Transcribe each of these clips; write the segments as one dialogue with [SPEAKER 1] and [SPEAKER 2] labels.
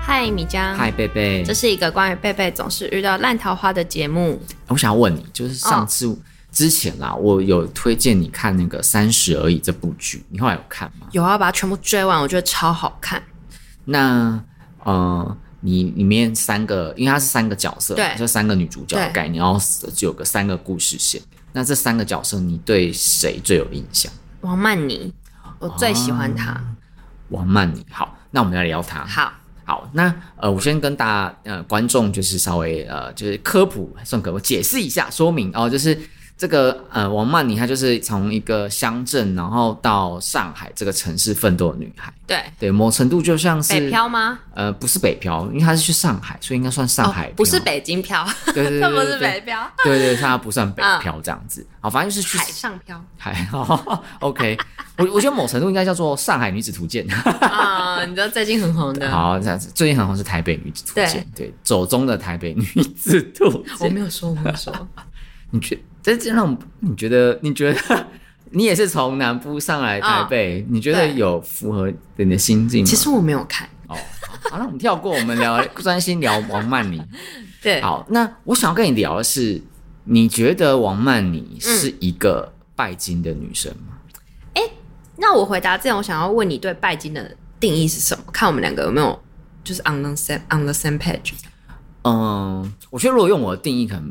[SPEAKER 1] 嗨，米江。
[SPEAKER 2] 嗨，贝贝
[SPEAKER 1] 啊这，是一个关于贝贝总是遇到烂桃花的节目。
[SPEAKER 2] 我想问你，就是上次、
[SPEAKER 1] 哦
[SPEAKER 2] 之前啦，我有推荐你看那个《三十而已》这部剧，你后来有看吗？
[SPEAKER 1] 有啊，把它全部追完，我觉得超好看。
[SPEAKER 2] 那呃，你里面三个，因为它是三个角色嘛，
[SPEAKER 1] 对
[SPEAKER 2] 就三个女主角的
[SPEAKER 1] 对
[SPEAKER 2] 概念，然后就有个三个故事线。那这三个角色，你对谁最有印象？
[SPEAKER 1] 王曼妮，我最喜欢她。
[SPEAKER 2] 王曼妮。好，那我们来聊她。
[SPEAKER 1] 好，
[SPEAKER 2] 好，那呃，我先跟大家呃观众就是稍微呃就是科普，算呃科普解释一下说明哦，就是这个呃王曼妮她就是从一个乡镇，然后到上海这个城市奋斗的女孩，
[SPEAKER 1] 对，
[SPEAKER 2] 对，某程度就像是
[SPEAKER 1] 北漂吗？
[SPEAKER 2] 呃不是北漂，因为她是去上海，所以应该算上海、
[SPEAKER 1] 哦，不是，北京漂，
[SPEAKER 2] 对 对对
[SPEAKER 1] 它
[SPEAKER 2] 对，
[SPEAKER 1] 不是
[SPEAKER 2] 对
[SPEAKER 1] 北，漂，嗯
[SPEAKER 2] 对对，她不算北漂这样子，好，反正就是去
[SPEAKER 1] 海上漂。
[SPEAKER 2] 海，OK，我我觉得某程度应该叫做上海女子图鉴。
[SPEAKER 1] 啊，你知道最近很红的，
[SPEAKER 2] 好，这样子最近很红是台北女子图鉴，对，走中的台北女子图
[SPEAKER 1] 我
[SPEAKER 2] 鉴。
[SPEAKER 1] 没有说，我没有说。
[SPEAKER 2] 你觉这这让我你觉得你觉得 你也是从南部上来台
[SPEAKER 1] 哦
[SPEAKER 2] 北，你觉得
[SPEAKER 1] 对
[SPEAKER 2] 有符合你的心境吗？
[SPEAKER 1] 其实我没有看。
[SPEAKER 2] 哦，好，好那我们跳过，我们聊专心聊王曼妮。
[SPEAKER 1] 对，
[SPEAKER 2] 好，那我想要跟你聊的是，你觉得王曼妮
[SPEAKER 1] 嗯
[SPEAKER 2] 是一个拜金的女生吗？
[SPEAKER 1] 那我回答之前，我想要问你对拜金的定义是什么？看我们两个有没有就是 on the same on the same page。
[SPEAKER 2] 嗯，我觉得如果用我的定义，可能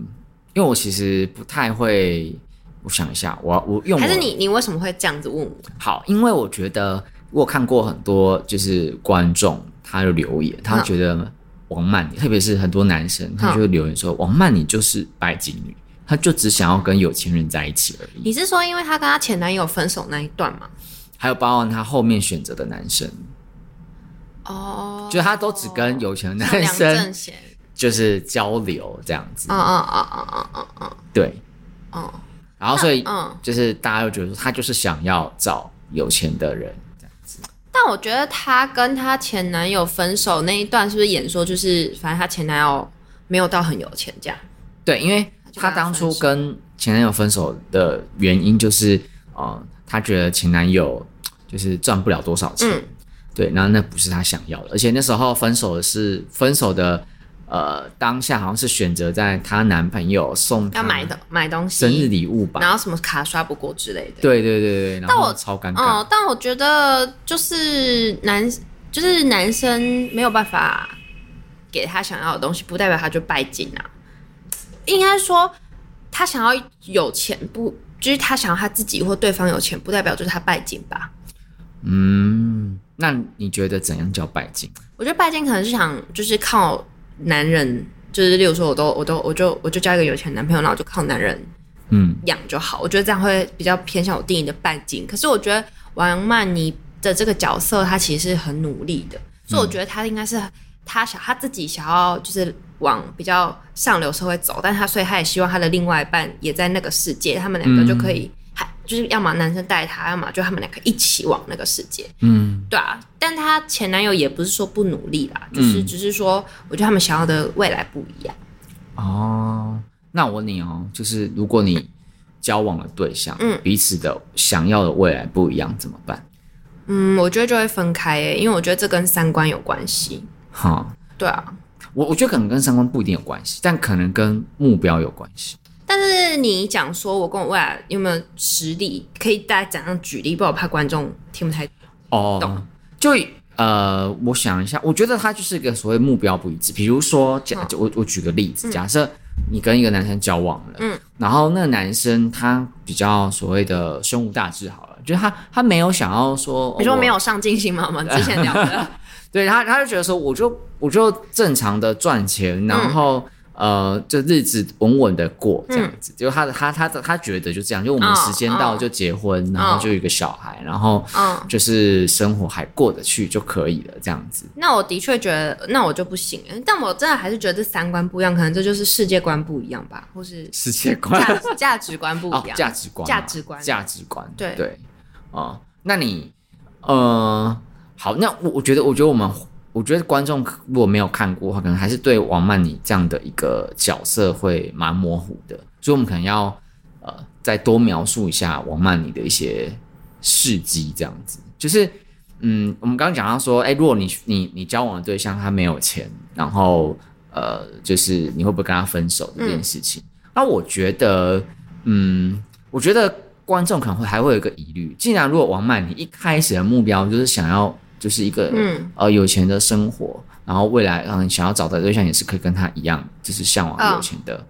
[SPEAKER 2] 因为我其实不太会，我想一下，我我用我
[SPEAKER 1] 还是你你为什么会这样子问我？
[SPEAKER 2] 好，因为我觉得我有看过很多就是观众他就留言，
[SPEAKER 1] 嗯
[SPEAKER 2] 他觉得王曼妮，特别是很多男生，他就会留言说王曼妮就是拜金女，她就只想要跟有钱人在一起而已。
[SPEAKER 1] 你是说因为她跟她前男友分手那一段吗？
[SPEAKER 2] 还有包含她后面选择的男生，
[SPEAKER 1] 哦，
[SPEAKER 2] 就她都只跟有钱的
[SPEAKER 1] 像
[SPEAKER 2] 男
[SPEAKER 1] 梁正
[SPEAKER 2] 生
[SPEAKER 1] 贤，
[SPEAKER 2] 就是交流这样子，
[SPEAKER 1] 嗯嗯嗯嗯嗯嗯嗯
[SPEAKER 2] 对，
[SPEAKER 1] 嗯
[SPEAKER 2] 然后所以
[SPEAKER 1] 嗯。
[SPEAKER 2] 就是大家就觉得说她就是想要找有钱的人。这样
[SPEAKER 1] 但我觉得她跟她前男友分手那一段，是不是演说就是反正她前男友没有到很有钱这样？
[SPEAKER 2] 对，因为
[SPEAKER 1] 就
[SPEAKER 2] 她
[SPEAKER 1] 跟他
[SPEAKER 2] 当初
[SPEAKER 1] 分手
[SPEAKER 2] 跟前男友分手的原因就是，呃，她觉得前男友就是赚不了多少钱，
[SPEAKER 1] 嗯
[SPEAKER 2] 对，然后那不是她想要的，而且那时候分手的是分手的，呃，当下好像是选择在她男朋友送
[SPEAKER 1] 要
[SPEAKER 2] 她
[SPEAKER 1] 买的买东西，
[SPEAKER 2] 啊生日礼物吧，
[SPEAKER 1] 然后什么卡刷不过之类的。
[SPEAKER 2] 对对对对，然
[SPEAKER 1] 但
[SPEAKER 2] 后
[SPEAKER 1] 我
[SPEAKER 2] 超尴尬，
[SPEAKER 1] 哦，但我觉得就是男，就是男生没有办法给他想要的东西，不代表他就拜金啊。应该说，他想要有钱不，就是他想要他自己或对方有钱，不代表就是他拜金吧。
[SPEAKER 2] 嗯，那你觉得怎样叫拜金？
[SPEAKER 1] 我觉得拜金可能是想就是靠男人，就是例如说我都我都我就我就交一个有钱男朋友，然后我就靠男人
[SPEAKER 2] 嗯，
[SPEAKER 1] 养就好。我觉得这样会比较偏向我定义的拜金。可是我觉得王曼妮的这个角色，她其实是很努力的，所以我觉得她应该是她想她自己想要就是往比较上流社会走，但她所以她也希望她的另外一半也在那个世界，他们两个就可以还、就是要么男生带她，要么就他们两个一起往那个世界。
[SPEAKER 2] 嗯
[SPEAKER 1] 对啊，但她前男友也不是说不努力啦，就是、
[SPEAKER 2] 嗯
[SPEAKER 1] 只是说我觉得他们想要的未来不一样。
[SPEAKER 2] 哦，那我问你哦，就是如果你交往的对象，
[SPEAKER 1] 嗯
[SPEAKER 2] 彼此的想要的未来不一样怎么办？
[SPEAKER 1] 嗯，我觉得就会分开诶、因为我觉得这跟三观有关系。
[SPEAKER 2] 哈、
[SPEAKER 1] 对啊，
[SPEAKER 2] 我我觉得可能跟三观不一定有关系，但可能跟目标有关系。
[SPEAKER 1] 但是你讲说我跟我未来有没有实力，可以大家怎样举例？不然我怕观众听不太。
[SPEAKER 2] 哦
[SPEAKER 1] 懂，
[SPEAKER 2] 就呃，我想一下，我觉得它就是一个所谓目标不一致。比如说，假
[SPEAKER 1] 嗯
[SPEAKER 2] 我我举个例子，假设你跟一个男生交往了，
[SPEAKER 1] 嗯，
[SPEAKER 2] 然后那个男生他比较所谓的胸无大志好了，就是他他没有想要说，哦
[SPEAKER 1] 你说
[SPEAKER 2] 我
[SPEAKER 1] 没有上进心吗？我们之前聊的，
[SPEAKER 2] 对，他他就觉得说，我就我就正常的赚钱，
[SPEAKER 1] 嗯
[SPEAKER 2] 然后、呃，就日子稳稳的过这样子。就他的他他他觉得就这样，就我们
[SPEAKER 1] 哦
[SPEAKER 2] 时间到
[SPEAKER 1] 哦
[SPEAKER 2] 就结婚，然后就有一个小孩，然后
[SPEAKER 1] 嗯，
[SPEAKER 2] 就是生活还过得去就可以了这样子。
[SPEAKER 1] 那我的确觉得，那我就不行。但我真的还是觉得这三观不一样，可能这就是世界观不一样吧，或是
[SPEAKER 2] 世界观
[SPEAKER 1] 价值价值观不
[SPEAKER 2] 哦
[SPEAKER 1] 一，样。
[SPEAKER 2] 价值观嘛，
[SPEAKER 1] 价值观
[SPEAKER 2] 价值观，
[SPEAKER 1] 对
[SPEAKER 2] 对，哦，那你呃，好，那我我觉得，我觉得我们。我觉得观众如果没有看过的话，可能还是对王曼妮这样的一个角色会蛮模糊的，所以我们可能要呃再多描述一下王曼妮的一些事迹，这样子。就是嗯，我们刚刚讲到说，哎、如果你你你交往的对象他没有钱，然后呃，就是你会不会跟他分手这件事情？
[SPEAKER 1] 嗯
[SPEAKER 2] 那我觉得，嗯，我觉得观众可能会还会有一个疑虑，既然如果王曼你一开始的目标就是想要就是一个
[SPEAKER 1] 嗯
[SPEAKER 2] 呃有钱的生活，然后未来嗯想要找的对象也是可以跟他一样，就是向往
[SPEAKER 1] 嗯
[SPEAKER 2] 有钱的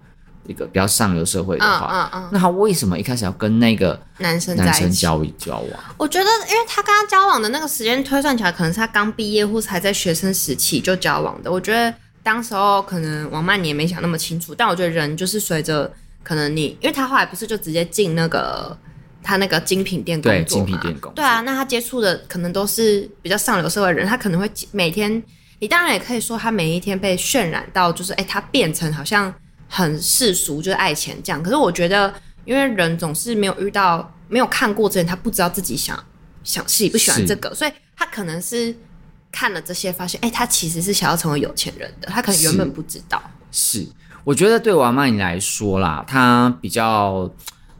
[SPEAKER 2] 一个比较上流社会的
[SPEAKER 1] 嗯
[SPEAKER 2] 话，
[SPEAKER 1] 嗯嗯，
[SPEAKER 2] 那他为什么一开始要跟那个
[SPEAKER 1] 男生
[SPEAKER 2] 男
[SPEAKER 1] 在一
[SPEAKER 2] 生
[SPEAKER 1] 起。
[SPEAKER 2] 交交往？
[SPEAKER 1] 我觉得，因为他跟他交往的那个时间推算起来，可能是他刚毕业或是还在学生时期就交往的。我觉得当时候可能王曼你也没想那么清楚，但我觉得人就是随着可能你，因为他后来不是就直接进那个他那个精品店工
[SPEAKER 2] 对，
[SPEAKER 1] 作
[SPEAKER 2] 精
[SPEAKER 1] 嘛，
[SPEAKER 2] 品店工作
[SPEAKER 1] 对啊，那他接触的可能都是比较上流社会人，他可能会每天，你当然也可以说他每一天被渲染到，就是哎、他变成好像很世俗，就是爱钱这样。可是我觉得，因为人总是没有遇到、没有看过之前，他不知道自己想想喜不喜欢
[SPEAKER 2] 是
[SPEAKER 1] 这个，所以他可能是看了这些，发现哎、他其实是想要成为有钱人的，他可能原
[SPEAKER 2] 是
[SPEAKER 1] 本不知道。
[SPEAKER 2] 是，我觉得对王曼妮来说啦，她比较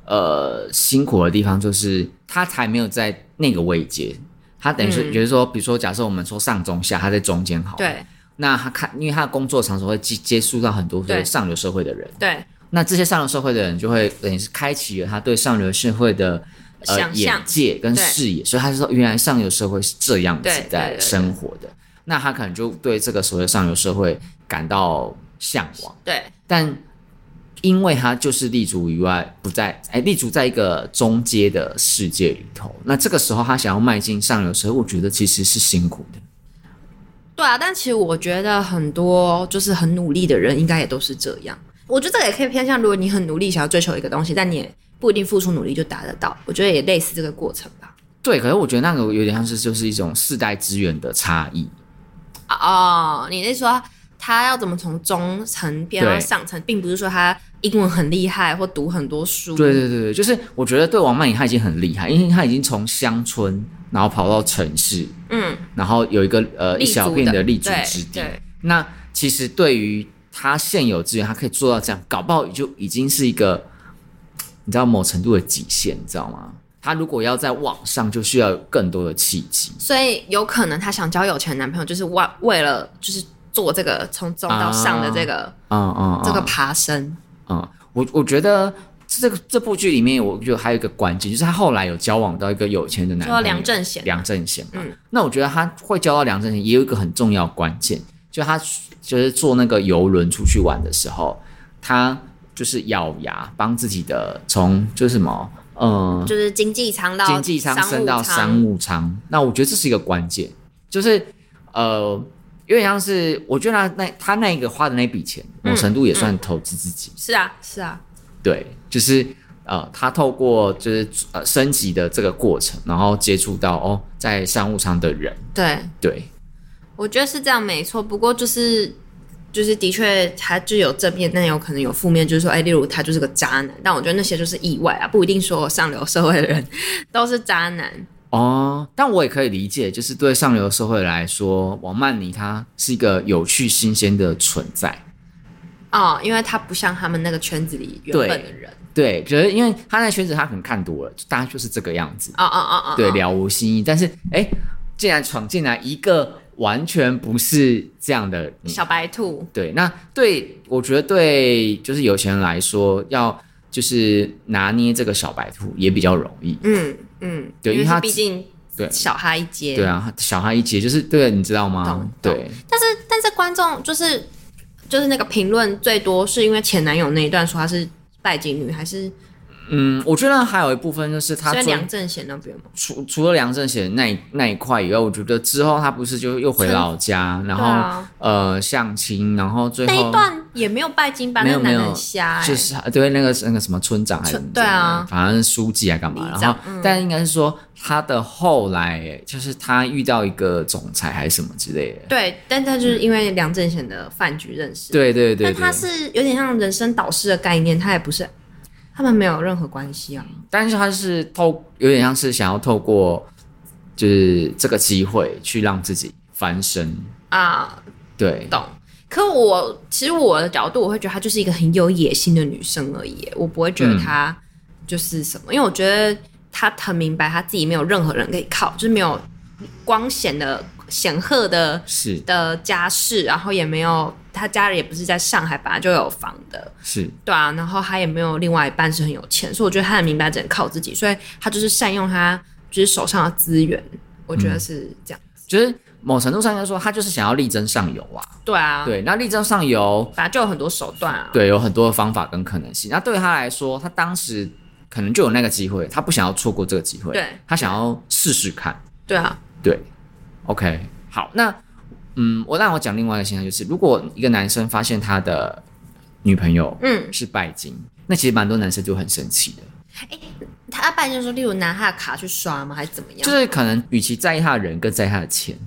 [SPEAKER 2] 呃辛苦的地方就是她才没有在那个位阶，她等于是，
[SPEAKER 1] 嗯
[SPEAKER 2] 比如说，比如说，假设我们说上中下，她在中间好，，
[SPEAKER 1] 对
[SPEAKER 2] 那她看，因为她的工作场所会接接触到很多
[SPEAKER 1] 对
[SPEAKER 2] 上流社会的人，
[SPEAKER 1] 对，
[SPEAKER 2] 那这些上流社会的人就会等于是开启了他对上流社会的呃
[SPEAKER 1] 想
[SPEAKER 2] 眼
[SPEAKER 1] 象
[SPEAKER 2] 界跟
[SPEAKER 1] 对
[SPEAKER 2] 视野，所以他就说原来上流社会是这样子
[SPEAKER 1] 对对
[SPEAKER 2] 在
[SPEAKER 1] 对
[SPEAKER 2] 生活的，那他可能就对这个所谓上流社会感到向往，
[SPEAKER 1] 对
[SPEAKER 2] 但因为他就是立足于外，不在哎立足在一个中阶的世界里头，那这个时候他想要迈进上流社会，我觉得其实是辛苦的，
[SPEAKER 1] 对啊，但其实我觉得很多就是很努力的人，应该也都是这样。我觉得这个也可以偏向，如果你很努力想要追求一个东西，但你也不一定付出努力就达得到。我觉得也类似这个过程吧。
[SPEAKER 2] 对，可是我觉得那个有点像是就是一种世代资源的差异，
[SPEAKER 1] 哦，你是说他要怎么从中层变到
[SPEAKER 2] 对
[SPEAKER 1] 上层，并不是说他英文很厉害或读很多书。
[SPEAKER 2] 对对对对，就是我觉得对王曼颖她已经很厉害，因为她已经从乡村然后跑到城市，
[SPEAKER 1] 嗯，
[SPEAKER 2] 然后有一个呃一
[SPEAKER 1] 立足
[SPEAKER 2] 小片
[SPEAKER 1] 的
[SPEAKER 2] 的立足
[SPEAKER 1] 对
[SPEAKER 2] 之地
[SPEAKER 1] 对。
[SPEAKER 2] 那其实对于她现有资源，她可以做到这样，搞不好就已经是一个你知道某程度的极限，你知道吗？她如果要在网上，就需要有更多的契机。
[SPEAKER 1] 所以有可能他想交有钱男朋友，就是为为了就是做这个从中到上的这个、
[SPEAKER 2] 嗯嗯，嗯
[SPEAKER 1] 这个爬升。
[SPEAKER 2] 嗯，我我觉得这个这部剧里面，我觉得还有一个关键，就是她后来有交往到一个有钱的男
[SPEAKER 1] 说
[SPEAKER 2] 朋友，
[SPEAKER 1] 梁正贤
[SPEAKER 2] 梁正贤嘛。
[SPEAKER 1] 嗯
[SPEAKER 2] 那我觉得她会交到梁正贤，也有一个很重要的关键，就她就是坐那个游轮出去玩的时候，她就是咬牙帮自己的从就是什么，嗯、
[SPEAKER 1] 就是经济舱到
[SPEAKER 2] 经济舱
[SPEAKER 1] 商
[SPEAKER 2] 升
[SPEAKER 1] 务
[SPEAKER 2] 到
[SPEAKER 1] 舱
[SPEAKER 2] 商务舱，那我觉得这是一个关键，就是呃，有点像是我觉得那那他那个花的那笔钱，
[SPEAKER 1] 嗯
[SPEAKER 2] 某程度也算投资自己。
[SPEAKER 1] 是啊，是啊，
[SPEAKER 2] 对，就是呃，他透过就是呃升级的这个过程，然后接触到哦，在商务舱的人，
[SPEAKER 1] 对，
[SPEAKER 2] 对，
[SPEAKER 1] 我觉得是这样没错。不过就是就是的确，他就有正面，但有可能有负面，就是说，哎，例如他就是个渣男。但我觉得那些就是意外啊，不一定说上流社会的人都是渣男。
[SPEAKER 2] 哦，但我也可以理解，就是对上流社会来说，王曼妮她是一个有趣新鲜的存在。
[SPEAKER 1] 哦，因为他不像他们那个圈子里原本的人。
[SPEAKER 2] 对，觉得因为她在圈子她可能看多了，大家就是这个样子，
[SPEAKER 1] 哦哦哦哦，
[SPEAKER 2] 对，
[SPEAKER 1] 哦
[SPEAKER 2] 了无新意。但是哎，竟然闯进来一个完全不是这样的女
[SPEAKER 1] 小白兔，
[SPEAKER 2] 对，那对我觉得对就是有钱人来说，要就是拿捏这个小白兔也比较容易。
[SPEAKER 1] 嗯嗯，
[SPEAKER 2] 对因
[SPEAKER 1] 因为
[SPEAKER 2] 为他
[SPEAKER 1] 毕竟
[SPEAKER 2] 对
[SPEAKER 1] 小他一阶，
[SPEAKER 2] 对啊，小孩一截就是对，你知道吗
[SPEAKER 1] 懂？
[SPEAKER 2] 对，
[SPEAKER 1] 但是但是观众就是就是那个评论最多是因为前男友那一段说他是拜金女，还是
[SPEAKER 2] 嗯，我觉得还有一部分就是他
[SPEAKER 1] 所以
[SPEAKER 2] 做
[SPEAKER 1] 梁正贤那边吗？
[SPEAKER 2] 除除了梁正贤那一那一块以外，我觉得之后他不是就又回老家，然后、
[SPEAKER 1] 对啊
[SPEAKER 2] 呃相亲，然后最
[SPEAKER 1] 那
[SPEAKER 2] 后
[SPEAKER 1] 一段也没有拜金吧？
[SPEAKER 2] 没
[SPEAKER 1] 那
[SPEAKER 2] 有
[SPEAKER 1] 个男
[SPEAKER 2] 没
[SPEAKER 1] 的
[SPEAKER 2] 有
[SPEAKER 1] 很瞎、欸，
[SPEAKER 2] 就是对那个那个什么村长还是
[SPEAKER 1] 村
[SPEAKER 2] 怎么样
[SPEAKER 1] 对啊
[SPEAKER 2] 反正书记啊干嘛，
[SPEAKER 1] 里
[SPEAKER 2] 然
[SPEAKER 1] 长嗯
[SPEAKER 2] 后、但应该是说他的后来就是他遇到一个总裁还是什么之类的，
[SPEAKER 1] 对，但他就是因为梁正贤的饭局认识，
[SPEAKER 2] 对对对
[SPEAKER 1] 但
[SPEAKER 2] 对，
[SPEAKER 1] 他是有点像人生导师的概念，他也不是，他们没有任何关系啊。
[SPEAKER 2] 但是他是透有点像是想要透过就是这个机会去让自己翻身，
[SPEAKER 1] 啊，
[SPEAKER 2] 对，
[SPEAKER 1] 懂。可我其实我的角度，我会觉得她就是一个很有野心的女生而已，我不会觉
[SPEAKER 2] 嗯
[SPEAKER 1] 得她就是什么，因为我觉得她很明白她自己没有任何人可以靠，就是没有光显的显赫的
[SPEAKER 2] 是
[SPEAKER 1] 的家世，然后也没有他家人也不是在上海本来就有房的，
[SPEAKER 2] 是，
[SPEAKER 1] 对啊，然后他也没有另外一半是很有钱，所以我觉得他很明白只能靠自己，所以他就是善用他就是手上的资源，我觉得是这样。
[SPEAKER 2] 就是某程度上应该说，他就是想要力争上游啊。
[SPEAKER 1] 对啊，，
[SPEAKER 2] 对，那力争上游，
[SPEAKER 1] 反正就有很多手段啊。
[SPEAKER 2] 对，有很多的方法跟可能性。那对他来说，他当时可能就有那个机会，他不想要错过这个机会，
[SPEAKER 1] 对
[SPEAKER 2] 他想要试试看。
[SPEAKER 1] 对啊，
[SPEAKER 2] 对，OK，好，那嗯，我让我讲另外一个现象，就是如果一个男生发现他的女朋友
[SPEAKER 1] 嗯，
[SPEAKER 2] 是拜金，那其实蛮多男生就很生气的，
[SPEAKER 1] 他半就是说，例如拿他的卡去刷吗，还是怎么样？
[SPEAKER 2] 就是可能与其在意他的人，更在意他的钱。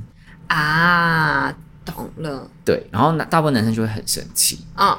[SPEAKER 1] 啊，懂了，
[SPEAKER 2] 对，然后那大部分男生就会很生气，
[SPEAKER 1] 嗯。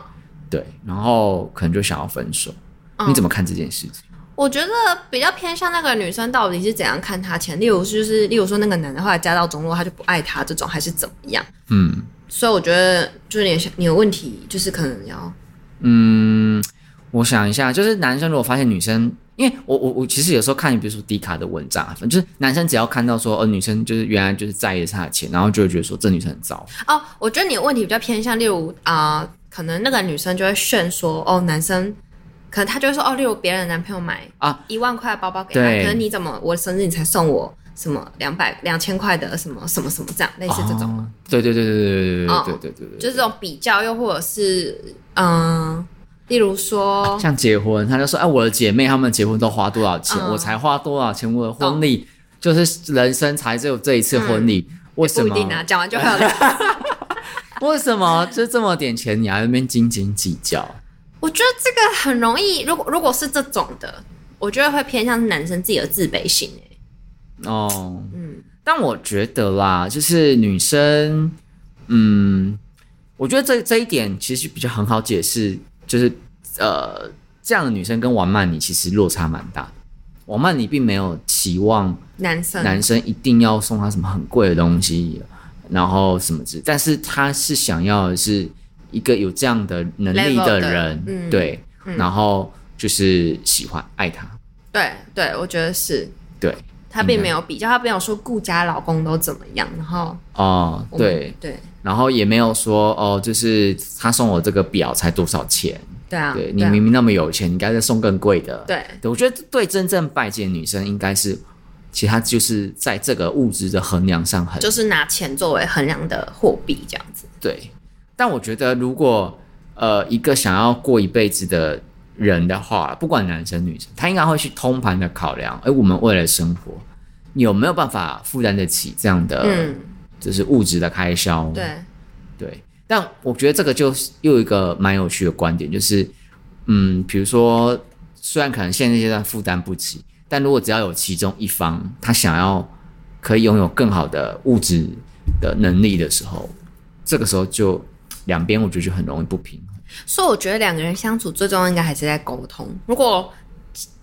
[SPEAKER 2] 对，然后可能就想要分手。
[SPEAKER 1] 嗯
[SPEAKER 2] 你怎么看这件事情？
[SPEAKER 1] 我觉得比较偏向那个女生到底是怎样看他钱，例如就是，例如说那个男的后来家道中落，他就不爱他这种，还是怎么样？
[SPEAKER 2] 嗯
[SPEAKER 1] 所以我觉得就是你的你的问题就是可能要
[SPEAKER 2] 嗯，我想一下，就是男生如果发现女生，因为我我我其实有时候看，比如说迪卡的文章，反正就是男生只要看到说，呃，女生就是原来就是在意的是她的钱，然后就会觉得说这女生很糟。
[SPEAKER 1] 哦，我觉得你的问题比较偏向，例如啊、呃可能那个女生就会炫说，哦，男生，可能她就会说，哦，例如别人的男朋友买
[SPEAKER 2] 啊
[SPEAKER 1] 一万块的包包给她，
[SPEAKER 2] 对
[SPEAKER 1] 可能你怎么我生日你才送我什么两百两千块的什么什么什么这样，类似这种，
[SPEAKER 2] 哦，对对对对对对对对对对对对，
[SPEAKER 1] 哦就是这种比较，又或者是嗯、呃例如说，
[SPEAKER 2] 像结婚，他就说，哎，我的姐妹她们结婚都花多少钱，
[SPEAKER 1] 嗯
[SPEAKER 2] 我才花多少钱，我的婚礼就是人生才只有这一次婚礼，为什
[SPEAKER 1] 不一
[SPEAKER 2] 么？
[SPEAKER 1] 定啊，讲完就会有人。
[SPEAKER 2] 为什么就这么点钱你还在那边斤斤计较？
[SPEAKER 1] 我觉得这个很容易，如果如果是这种的，我觉得会偏向男生自己的自卑心、欸，
[SPEAKER 2] 哦，
[SPEAKER 1] 嗯，
[SPEAKER 2] 但我觉得啦，就是女生，嗯，我觉得这这一点其实比较很好解释，就是呃，这样的女生跟王曼妮其实落差蛮大的。王曼妮并没有期望
[SPEAKER 1] 男生
[SPEAKER 2] 男生一定要送她什么很贵的东西，然后什么之，但是她是想要的是一个有这样的能力
[SPEAKER 1] Level 的
[SPEAKER 2] 人，
[SPEAKER 1] 嗯
[SPEAKER 2] 对，
[SPEAKER 1] 嗯
[SPEAKER 2] 然后就是喜欢爱她，
[SPEAKER 1] 对对，我觉得是
[SPEAKER 2] 对，
[SPEAKER 1] 他并没有比较，他没有说顾家老公都怎么样，然后
[SPEAKER 2] 哦、
[SPEAKER 1] 我们
[SPEAKER 2] 对，
[SPEAKER 1] 对
[SPEAKER 2] 然后也没有说哦，就是他送我这个表才多少钱？
[SPEAKER 1] 对啊，
[SPEAKER 2] 对你
[SPEAKER 1] 对啊
[SPEAKER 2] 明明那么有钱，你应该再送更贵的。
[SPEAKER 1] 对
[SPEAKER 2] 我觉得对真正拜金的女生，应该是其实她就是在这个物质的衡量上很
[SPEAKER 1] 就是拿钱作为衡量的货币这样子，
[SPEAKER 2] 对。但我觉得，如果呃一个想要过一辈子的人的话，不管男生女生，他应该会去通盘的考量，哎，我们未来的生活有没有办法负担得起这样的，
[SPEAKER 1] 嗯，
[SPEAKER 2] 就是物质的开销？。
[SPEAKER 1] 对，
[SPEAKER 2] 对，但我觉得这个就是又有一个蛮有趣的观点，就是，嗯，比如说，虽然可能现阶段负担不起，但如果只要有其中一方他想要可以拥有更好的物质的能力的时候，这个时候就两边我觉得就很容易不平衡。
[SPEAKER 1] 所以我觉得两个人相处最重要应该还是在沟通，如果。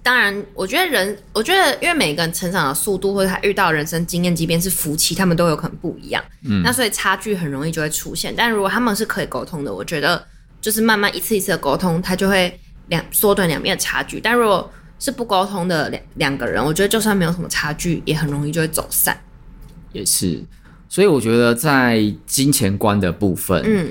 [SPEAKER 1] 当然，我觉得人，我觉得因为每个人成长的速度或者他遇到人生经验，即便是夫妻，他们都有可能不一样。
[SPEAKER 2] 嗯
[SPEAKER 1] 那所以差距很容易就会出现。但如果他们是可以沟通的，我觉得就是慢慢一次一次的沟通，它就会两缩短两边的差距。但如果是不沟通的两两个人，我觉得就算没有什么差距，也很容易就会走散。
[SPEAKER 2] 也是，所以我觉得在金钱观的部分，
[SPEAKER 1] 嗯，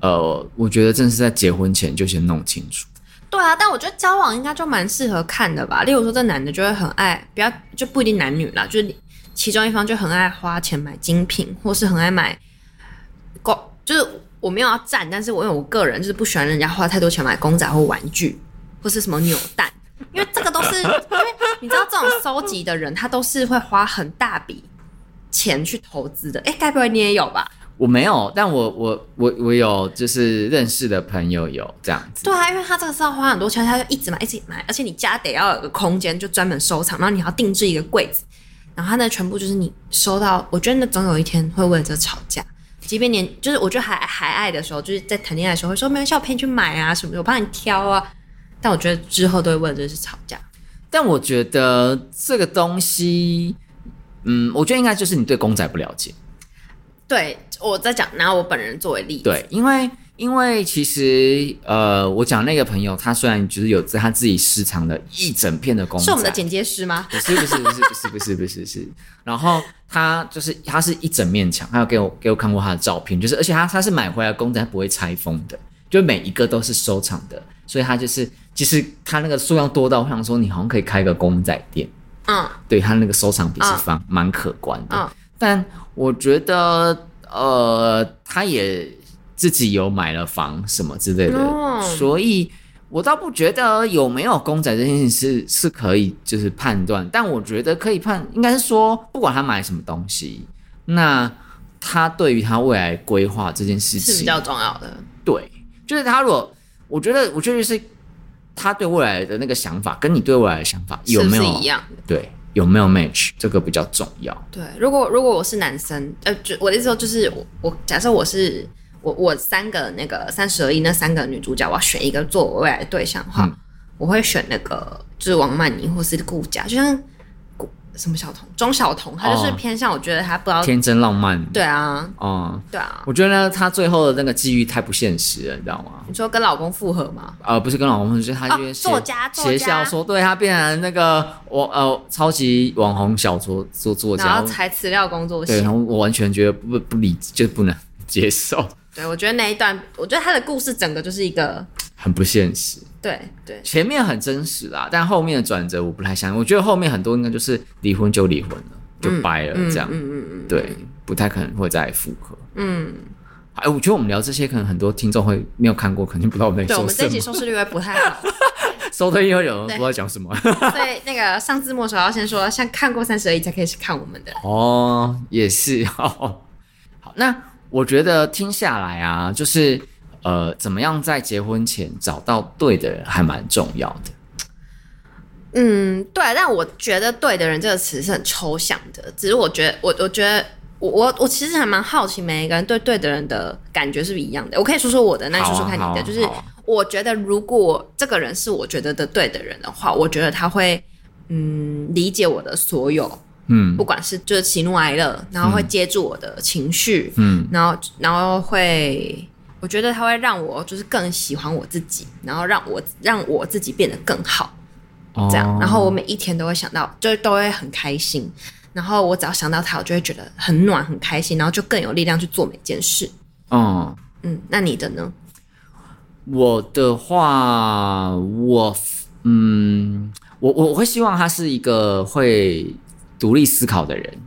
[SPEAKER 2] 呃，我觉得正是在结婚前就先弄清楚。
[SPEAKER 1] 对啊，但我觉得交往应该就蛮适合看的吧。例如说，这男的就会很爱，不要就不一定男女啦，就是其中一方就很爱花钱买精品，或是很爱买公，就是我没有要赞，但是我因为我个人就是不喜欢人家花太多钱买公仔或玩具，或是什么扭蛋，因为这个都是 因为你知道这种收集的人，他都是会花很大笔钱去投资的。哎，该不会你也有吧？
[SPEAKER 2] 我没有，但我我我我有，就是认识的朋友有这样子。
[SPEAKER 1] 对啊，因为他这个是要花很多钱，他就一直买，一直买，而且你家得要有个空间，就专门收藏，然后你还要定制一个柜子，然后他那全部就是你收到，我觉得那总有一天会为了这吵架。即便年就是我觉得还还爱的时候，就是在谈恋爱的时候会说没关系，我陪你去买啊什么的，我帮你挑啊。但我觉得之后都会为了这是吵架。
[SPEAKER 2] 但我觉得这个东西，嗯，我觉得应该就是你对公仔不了解，
[SPEAKER 1] 对，我在讲拿我本人作为例子，
[SPEAKER 2] 对，因为因为其实呃，我讲那个朋友，他虽然就是有他自己市场的一整片的公仔，
[SPEAKER 1] 是我们的剪接师吗？
[SPEAKER 2] 不是不是不是不是不是不是是，然后他就是他是一整面墙，他有给我给我看过他的照片，就是而且他他是买回来的公仔，他不会拆封的，就每一个都是收藏的，所以他就是其实他那个数量多到我想说你好像可以开个公仔店，
[SPEAKER 1] 嗯，
[SPEAKER 2] 对他那个收藏比是方蛮可观的，
[SPEAKER 1] 嗯
[SPEAKER 2] 但我觉得呃他也自己有买了房什么之类的，
[SPEAKER 1] 哦
[SPEAKER 2] 所以。我倒不觉得有没有公仔这件事是是可以就是判断，但我觉得可以判，应该是说不管他买什么东西，那他对于他未来规划这件事情
[SPEAKER 1] 是比较重要的。
[SPEAKER 2] 对，就是他如果我觉得我觉得是他对未来的那个想法跟你对未来的想法有没有
[SPEAKER 1] 是不是一样的？
[SPEAKER 2] 对有没有 match 这个比较重要。
[SPEAKER 1] 对，如果如果我是男生，呃，就我的意思说就是我，我假设我是我我三个那个三十而已那三个女主角，我要选一个做我未来的对象的话，
[SPEAKER 2] 嗯
[SPEAKER 1] 我会选那个就是王曼妮或是顾佳，就像顾什么小童钟小童，他就是
[SPEAKER 2] 哦
[SPEAKER 1] 偏向我觉得他不知道，
[SPEAKER 2] 天真浪漫，
[SPEAKER 1] 哦对啊，
[SPEAKER 2] 嗯，
[SPEAKER 1] 对啊，
[SPEAKER 2] 我觉得呢，他最后的那个际遇太不现实了，你知道吗？
[SPEAKER 1] 你说跟老公复合吗？
[SPEAKER 2] 呃，不是跟老公分手，就是他约
[SPEAKER 1] 哦
[SPEAKER 2] 邪、
[SPEAKER 1] 作家作家
[SPEAKER 2] 邪小说，对他变成那个我呃超级网红小说作作
[SPEAKER 1] 然
[SPEAKER 2] 家
[SPEAKER 1] 后，才辞掉工作
[SPEAKER 2] 对，
[SPEAKER 1] 室
[SPEAKER 2] 然，后我完全觉得不不理就是不能接受，
[SPEAKER 1] 对我觉得那一段，我觉得他的故事整个就是一个，
[SPEAKER 2] 很不现实。
[SPEAKER 1] 对对，
[SPEAKER 2] 前面很真实啦，但后面的转折我不太相信，我觉得后面很多应该就是离婚就离婚了，就掰了这样，
[SPEAKER 1] 嗯嗯嗯嗯，
[SPEAKER 2] 对，不太可能会再复合。
[SPEAKER 1] 嗯。
[SPEAKER 2] 哎，我觉得我们聊这些，可能很多听众会没有看过，肯定不知道我们
[SPEAKER 1] 对，
[SPEAKER 2] 在
[SPEAKER 1] 我
[SPEAKER 2] 说
[SPEAKER 1] 们这一集
[SPEAKER 2] 什么。
[SPEAKER 1] 收视率会不太好，
[SPEAKER 2] 收的又有人不
[SPEAKER 1] 对
[SPEAKER 2] 知道讲什么
[SPEAKER 1] 所以那个上字幕的时候要先说，像看过三十而已才可以去看我们的。
[SPEAKER 2] 哦，也是哦。好，那我觉得听下来啊，就是呃，怎么样在结婚前找到对的人还蛮重要的。
[SPEAKER 1] 嗯，对，但我觉得“对的人”这个词是很抽象的，只是我觉得，我我觉得。我我我其实还蛮好奇，每一个人对对的人的感觉是不是一样的。我可以说说我的，那你
[SPEAKER 2] 好
[SPEAKER 1] 说
[SPEAKER 2] 啊
[SPEAKER 1] 说看你
[SPEAKER 2] 好
[SPEAKER 1] 的。
[SPEAKER 2] 啊
[SPEAKER 1] 就是
[SPEAKER 2] 好啊
[SPEAKER 1] 我觉得，如果这个人是我觉得的对的人的话，我觉得他会嗯理解我的所有，
[SPEAKER 2] 嗯
[SPEAKER 1] 不管是就是喜怒哀乐，然后会接住我的情绪，
[SPEAKER 2] 嗯
[SPEAKER 1] 然后然后会，我觉得它会让我就是更喜欢我自己，然后让我让我自己变得更好，
[SPEAKER 2] 哦
[SPEAKER 1] 这样。然后我每一天都会想到，就都会很开心。然后我只要想到他，我就会觉得很暖、很开心，然后就更有力量去做每件事。
[SPEAKER 2] 嗯，
[SPEAKER 1] 嗯，那你的呢？
[SPEAKER 2] 我的话，我 f- 嗯，我我我会希望他是一个会独立思考的人。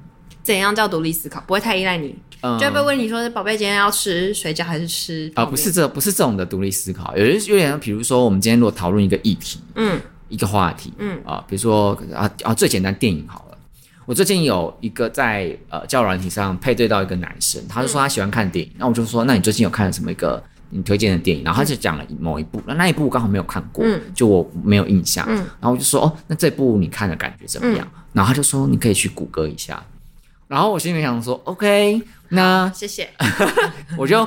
[SPEAKER 1] 怎样叫独立思考？不会太依赖你，
[SPEAKER 2] 嗯
[SPEAKER 1] 就会被问你说：“宝贝，今天要吃水饺还是吃泡
[SPEAKER 2] 啊、
[SPEAKER 1] 面？”
[SPEAKER 2] 不是这不是这种的独立思考，有些有点像，比如说我们今天如果讨论一个议题，
[SPEAKER 1] 嗯，
[SPEAKER 2] 一个话题，
[SPEAKER 1] 嗯
[SPEAKER 2] 啊、比如说啊啊最简单电影好了，我最近有一个在呃教软体上配对到一个男生，他就
[SPEAKER 1] 嗯
[SPEAKER 2] 说他喜欢看电影，那我就说那你最近有看什么一个你推荐的电影？然后他就讲了某一部，那那一部我刚好没有看过，
[SPEAKER 1] 嗯
[SPEAKER 2] 就我没有印象，
[SPEAKER 1] 嗯
[SPEAKER 2] 然后我就说哦那这部你看的感觉怎么样？然后他就说你可以去谷歌一下，然后我心里想说 OK，那
[SPEAKER 1] 谢谢。
[SPEAKER 2] 我就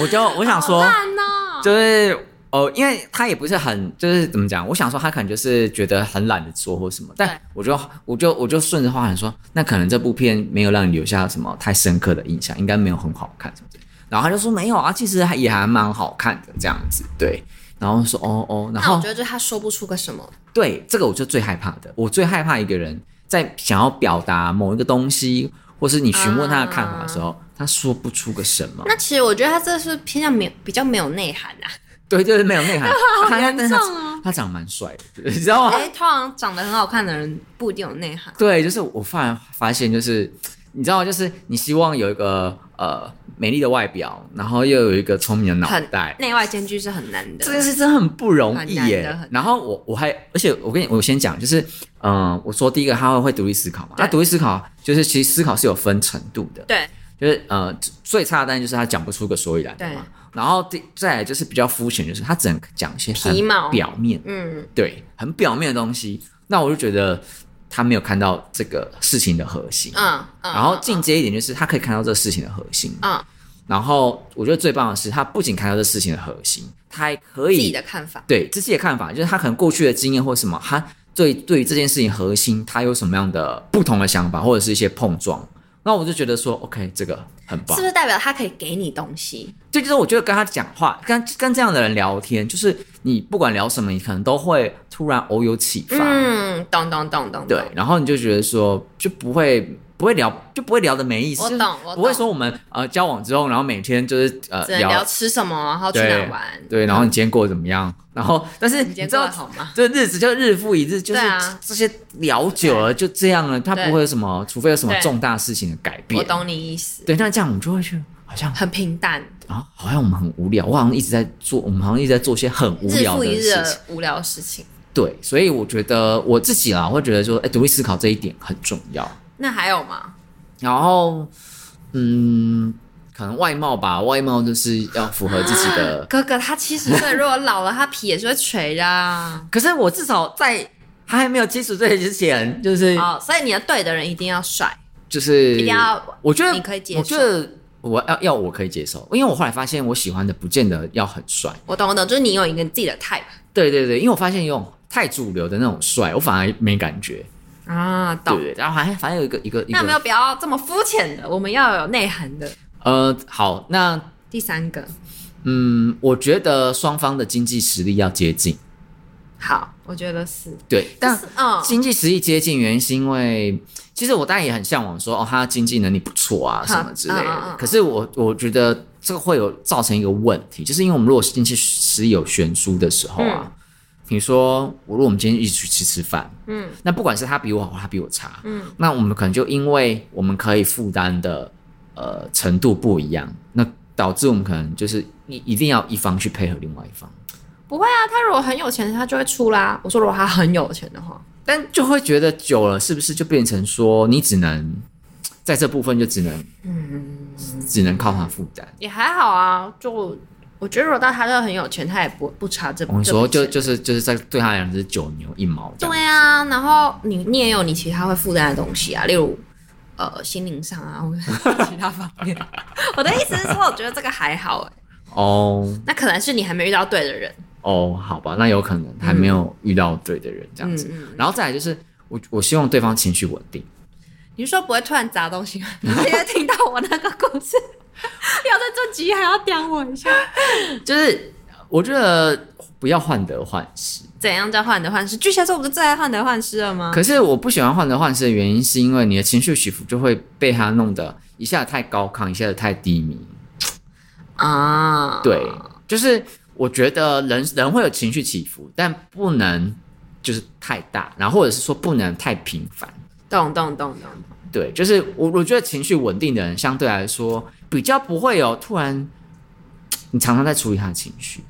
[SPEAKER 2] 我就我想说。
[SPEAKER 1] 烂哦，
[SPEAKER 2] 就是哦，因为他也不是很，就是怎么讲？我想说他可能就是觉得很懒得做或什么，但
[SPEAKER 1] 对
[SPEAKER 2] 我就我就我就顺着话说，那可能这部片没有让你留下什么太深刻的印象，应该没有很好看什么之类的然后他就说没有啊，其实还也还蛮好看的这样子，对。然后说哦哦，然
[SPEAKER 1] 那我
[SPEAKER 2] 后
[SPEAKER 1] 觉得就是他说不出个什么。
[SPEAKER 2] 对这个我就最害怕的，我最害怕一个人在想要表达某一个东西，或是你询问他的看法的时候，
[SPEAKER 1] 啊
[SPEAKER 2] 他说不出个什么。
[SPEAKER 1] 那其实我觉得他这是偏向没有比较没有内涵啊。
[SPEAKER 2] 对，就是没有 内涵。他他但是他
[SPEAKER 1] 严重哦
[SPEAKER 2] 他长得蛮帅的， 你知道吗？
[SPEAKER 1] 哎、通常长得很好看的人不一定有内涵。
[SPEAKER 2] 对，就是我突然发现，就是你知道吗，就是你希望有一个呃美丽的外表，然后又有一个聪明的脑
[SPEAKER 1] 很
[SPEAKER 2] 袋，
[SPEAKER 1] 内外兼具是很难的。
[SPEAKER 2] 这件事真的很不容易
[SPEAKER 1] 很难
[SPEAKER 2] 耶
[SPEAKER 1] 的很难。
[SPEAKER 2] 然后我我还，而且我跟你我先讲，就是嗯、呃我说第一个他会会独立思考嘛，
[SPEAKER 1] 对
[SPEAKER 2] 那独立思考就是其实思考是有分程度的，
[SPEAKER 1] 对
[SPEAKER 2] 就是呃最差的当然就是他讲不出个所以然来嘛。然后第再来就是比较肤浅，就是他只能讲一些很
[SPEAKER 1] 皮毛
[SPEAKER 2] 表面
[SPEAKER 1] 嗯，
[SPEAKER 2] 对，很表面的东西，那我就觉得他没有看到这个事情的核心。
[SPEAKER 1] 嗯嗯，
[SPEAKER 2] 然后进阶一点就是他可以看到这个事情的核心。
[SPEAKER 1] 嗯
[SPEAKER 2] 然后我觉得最棒的是，他不仅看到这事情的核心，他还可
[SPEAKER 1] 自己
[SPEAKER 2] 以
[SPEAKER 1] 的看法，
[SPEAKER 2] 对自己的看法，就是他可能过去的经验或什么，他对对于这件事情核心，他有什么样的不同的想法，或者是一些碰撞。那我就觉得说，OK，这个很棒
[SPEAKER 1] 是不。是代表他可以给你东西？
[SPEAKER 2] 这就是我觉得跟他讲话，跟跟这样的人聊天，就是你不管聊什么，你可能都会突然偶有启发，
[SPEAKER 1] 嗯，懂懂懂懂，
[SPEAKER 2] 对，然后你就觉得说就不会不会聊就不会聊的没意思，
[SPEAKER 1] 我
[SPEAKER 2] 就是
[SPEAKER 1] 懂我
[SPEAKER 2] 不会
[SPEAKER 1] 懂
[SPEAKER 2] 说我们呃交往之后，然后每天就是呃
[SPEAKER 1] 只能聊吃什么，然后去哪
[SPEAKER 2] 对
[SPEAKER 1] 玩，
[SPEAKER 2] 对，然后你今天过得怎么样？然后但是
[SPEAKER 1] 你今
[SPEAKER 2] 你
[SPEAKER 1] 天
[SPEAKER 2] 知
[SPEAKER 1] 过
[SPEAKER 2] 道
[SPEAKER 1] 得好吗？
[SPEAKER 2] 这日子就日复一日，就是
[SPEAKER 1] 对啊
[SPEAKER 2] 这些聊久了就这样了，他
[SPEAKER 1] 对
[SPEAKER 2] 不会有什么，除非有什么
[SPEAKER 1] 对
[SPEAKER 2] 重大事情的改
[SPEAKER 1] 我
[SPEAKER 2] 变。
[SPEAKER 1] 懂你意思，
[SPEAKER 2] 对，那这样我们就会觉得好像
[SPEAKER 1] 很平淡，
[SPEAKER 2] 啊，好像我们很无聊，我好像一直在做，我们好像一直在做些很无
[SPEAKER 1] 日
[SPEAKER 2] 聊
[SPEAKER 1] 复
[SPEAKER 2] 的
[SPEAKER 1] 一日
[SPEAKER 2] 事情。
[SPEAKER 1] 的无聊事情。
[SPEAKER 2] 对，所以我觉得我自己啦，会觉得说，哎，独立思考这一点很重要。
[SPEAKER 1] 那还有吗？
[SPEAKER 2] 然后，嗯，可能外貌吧，外貌就是要符合自己的
[SPEAKER 1] 哥哥他七十岁，如果老了，他皮也是会垂的啊。
[SPEAKER 2] 可是我至少 在他还没有七十岁之前，就是、
[SPEAKER 1] 哦，所以你的对的人一定要帅，
[SPEAKER 2] 就是
[SPEAKER 1] 一定要
[SPEAKER 2] 我觉得
[SPEAKER 1] 你可以接受
[SPEAKER 2] 我觉得我要要我可以接受，因为我后来发现我喜欢的不见得要很帅。
[SPEAKER 1] 我懂我懂，就是你有一个自己的 type
[SPEAKER 2] 对对对，因为我发现有太主流的那种帅，我反而没感觉。
[SPEAKER 1] 啊，
[SPEAKER 2] 对
[SPEAKER 1] 懂
[SPEAKER 2] 对。对，然后还反正有一个一个一
[SPEAKER 1] 那有没有
[SPEAKER 2] 个
[SPEAKER 1] 不要这么肤浅的，我们要有内涵的。
[SPEAKER 2] 呃，好，那
[SPEAKER 1] 第三个，
[SPEAKER 2] 嗯，我觉得双方的经济实力要接近。
[SPEAKER 1] 好，我觉得是，
[SPEAKER 2] 对，但
[SPEAKER 1] 就是嗯，
[SPEAKER 2] 经济实力接近，原因是因为其实我当然也很向往说哦，他经济能力不错啊什么之类
[SPEAKER 1] 嗯嗯嗯
[SPEAKER 2] 的
[SPEAKER 1] 嗯。
[SPEAKER 2] 可是我我觉得这个会有造成一个问题，就是因为我们如果经济实力有悬殊的时候啊，你说我如果我们今天一起去吃吃饭，
[SPEAKER 1] 嗯
[SPEAKER 2] 那不管是他比我好，他比我差，
[SPEAKER 1] 嗯，
[SPEAKER 2] 那我们可能就因为我们可以负担的呃程度不一样，那导致我们可能就是一一定要一方去配合另外一方。
[SPEAKER 1] 不会啊，他如果很有钱，他就会出啦。我说如果他很有钱的话，
[SPEAKER 2] 但就会觉得久了，是不是就变成说你只能在这部分就只能
[SPEAKER 1] 嗯，
[SPEAKER 2] 只能靠他负担？
[SPEAKER 1] 也还好啊。就我觉得，如果到他真的很有钱，他也不不差这。
[SPEAKER 2] 我们
[SPEAKER 1] 这
[SPEAKER 2] 哦说
[SPEAKER 1] 笔
[SPEAKER 2] 就
[SPEAKER 1] 钱
[SPEAKER 2] 就是就是在对他来讲是九牛一毛这样。
[SPEAKER 1] 对啊，然后你你也有你其他会负担的东西啊，例如呃心灵上啊，或者其他方 面。我的意思是说，我觉得这个还好哎、
[SPEAKER 2] 哦
[SPEAKER 1] 那可能是你还没遇到对的人。
[SPEAKER 2] 哦，好吧，那有可能还没有遇到对的人这样子。
[SPEAKER 1] 嗯嗯
[SPEAKER 2] 然后再来就是我我希望对方情绪稳定。
[SPEAKER 1] 你是说不会突然砸东西吗？ 你会听到我那个故事， 要在这集还要刁我一下？
[SPEAKER 2] 就是我觉得不要患得患失。
[SPEAKER 1] 怎样叫患得患失？巨蟹座不是最爱患得患失了吗？
[SPEAKER 2] 可是我不喜欢患得患失的原因，是因为你的情绪起伏就会被他弄得一下太高亢，一下太低迷。
[SPEAKER 1] 啊，
[SPEAKER 2] 对，就是我觉得人人会有情绪起伏，但不能就是太大，然后或者是说不能太频繁。
[SPEAKER 1] 懂懂懂懂。
[SPEAKER 2] 对，就是我我觉得情绪稳定的人，相对来说比较不会有突然，你常常在处理他的情绪。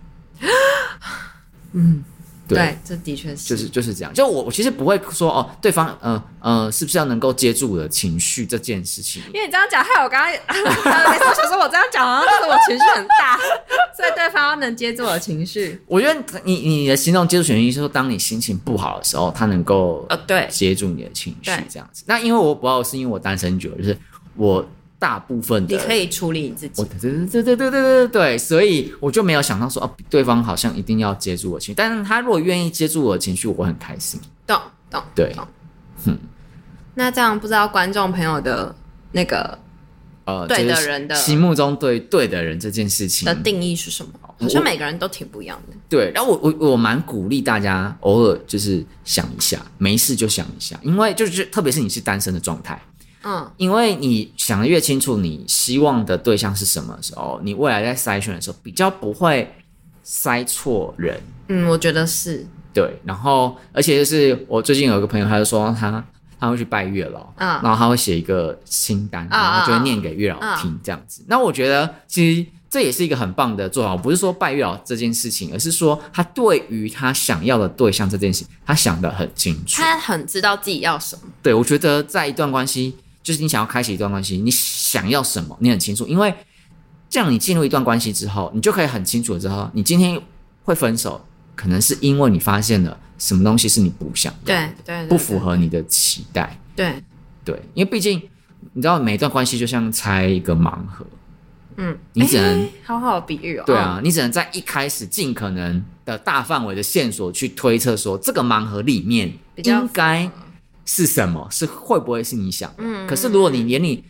[SPEAKER 2] 嗯，对。
[SPEAKER 1] 对，这的确。
[SPEAKER 2] 就是是就是这样，就我我其实不会说哦，对方呃呃是不是要能够接住我的情绪这件事情，
[SPEAKER 1] 因为你这样讲，害我刚 刚也，没错，想说我这样讲好像是我情绪很 大，所以对方能接住我的情绪。
[SPEAKER 2] 我觉得你你的行动接触情绪，就是说当你心情不好的时候，他能够
[SPEAKER 1] 呃对
[SPEAKER 2] 接住你的情绪
[SPEAKER 1] 对
[SPEAKER 2] 这样子。那因为我不知道是因为我单身久了，就是我大部分的
[SPEAKER 1] 你可以处理你自己
[SPEAKER 2] 我。对对对对对对对对，所以我就没有想到说哦、对方好像一定要接住我的情绪，但是他如果愿意接住我的情绪，我会很开心。
[SPEAKER 1] 懂懂。
[SPEAKER 2] 对
[SPEAKER 1] 懂那这样不知道观众朋友的那个
[SPEAKER 2] 呃，
[SPEAKER 1] 对的
[SPEAKER 2] 就是
[SPEAKER 1] 人的
[SPEAKER 2] 心目中对对的人这件事情
[SPEAKER 1] 的定义是什么？好像每个人都挺不一样的。
[SPEAKER 2] 对，然后我我我蛮鼓励大家偶尔就是想一下，没事就想一下，因为就是特别是你是单身的状态，
[SPEAKER 1] 嗯，
[SPEAKER 2] 因为你想的越清楚，你希望的对象是什么的时候，你未来在筛选的时候比较不会筛错人。
[SPEAKER 1] 嗯，我觉得是。
[SPEAKER 2] 对，然后而且就是我最近有一个朋友，他就说他他会去拜月老，
[SPEAKER 1] 嗯
[SPEAKER 2] 然后他会写一个清单，
[SPEAKER 1] 啊
[SPEAKER 2] 然后就
[SPEAKER 1] 啊啊
[SPEAKER 2] 会念给月老听这样子。那我觉得其实这也是一个很棒的做法，不是说拜月老这件事情，而是说他对于他想要的对象这件事，他想得很清楚。
[SPEAKER 1] 他很知道自己要什么。
[SPEAKER 2] 对我觉得在一段关系，就是你想要开启一段关系，你想要什么，你很清楚，因为这样你进入一段关系之后，你就可以很清楚地知道，你今天会分手，可能是因为你发现了什么东西是你不想要
[SPEAKER 1] 对对，对
[SPEAKER 2] 不符。合你的期待。
[SPEAKER 1] 对，
[SPEAKER 2] 对，因为毕竟你知道，每一段关系就像拆一个盲盒，
[SPEAKER 1] 嗯，
[SPEAKER 2] 你 只能
[SPEAKER 1] 诶好好比喻哦。
[SPEAKER 2] 对啊，你只能在一开始尽可能的大范围的线索去推测说，这个盲盒里面
[SPEAKER 1] 比较
[SPEAKER 2] 应该是什么，是会不会是你想的？
[SPEAKER 1] 嗯嗯
[SPEAKER 2] 可是如果你连你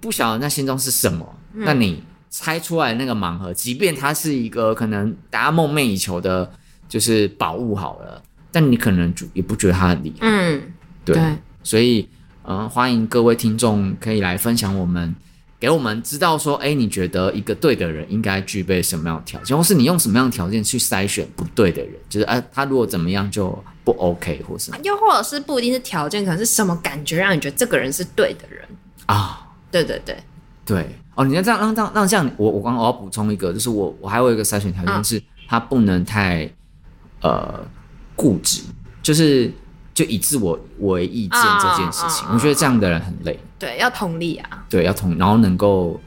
[SPEAKER 2] 不晓得那心中是什么，那你猜出来那个盲盒，即便它是一个可能大家梦寐以求的，就是宝物好了，但你可能就也不觉得它很厉害，
[SPEAKER 1] 嗯，
[SPEAKER 2] 对，所以嗯、呃欢迎各位听众可以来分享我们。给我们知道说，哎，你觉得一个对的人应该具备什么样的条件，或是你用什么样的条件去筛选不对的人，就是哎、他如果怎么样就不 OK 或是
[SPEAKER 1] 又或者是不一定是条件，可能是什么感觉让你觉得这个人是对的人？
[SPEAKER 2] 啊，
[SPEAKER 1] 对对对，
[SPEAKER 2] 对哦，你要这样让让让这样，我我刚我要补充一个，就是我我还有一个筛选条件
[SPEAKER 1] 嗯
[SPEAKER 2] 是，他不能太呃固执，就是就以自我为意见
[SPEAKER 1] 啊
[SPEAKER 2] 这件事情，
[SPEAKER 1] 啊啊
[SPEAKER 2] 我觉得这样的人很累，
[SPEAKER 1] 对，要同理啊，
[SPEAKER 2] 对，要同，然后能够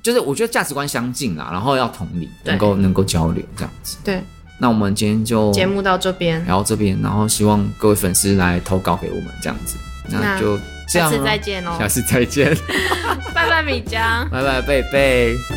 [SPEAKER 2] 就是我觉得价值观相近啦，然后要同理，
[SPEAKER 1] 对
[SPEAKER 2] 能够能够交流这样子。
[SPEAKER 1] 对，
[SPEAKER 2] 那我们今天就
[SPEAKER 1] 节目到这边，
[SPEAKER 2] 聊到这边，然后希望各位粉丝来投稿给我们这样子，那
[SPEAKER 1] 那
[SPEAKER 2] 就
[SPEAKER 1] 下
[SPEAKER 2] 这样啊
[SPEAKER 1] 次
[SPEAKER 2] 咯
[SPEAKER 1] 再见哦
[SPEAKER 2] 下，次再见，
[SPEAKER 1] 拜拜，米江。
[SPEAKER 2] 拜拜贝贝。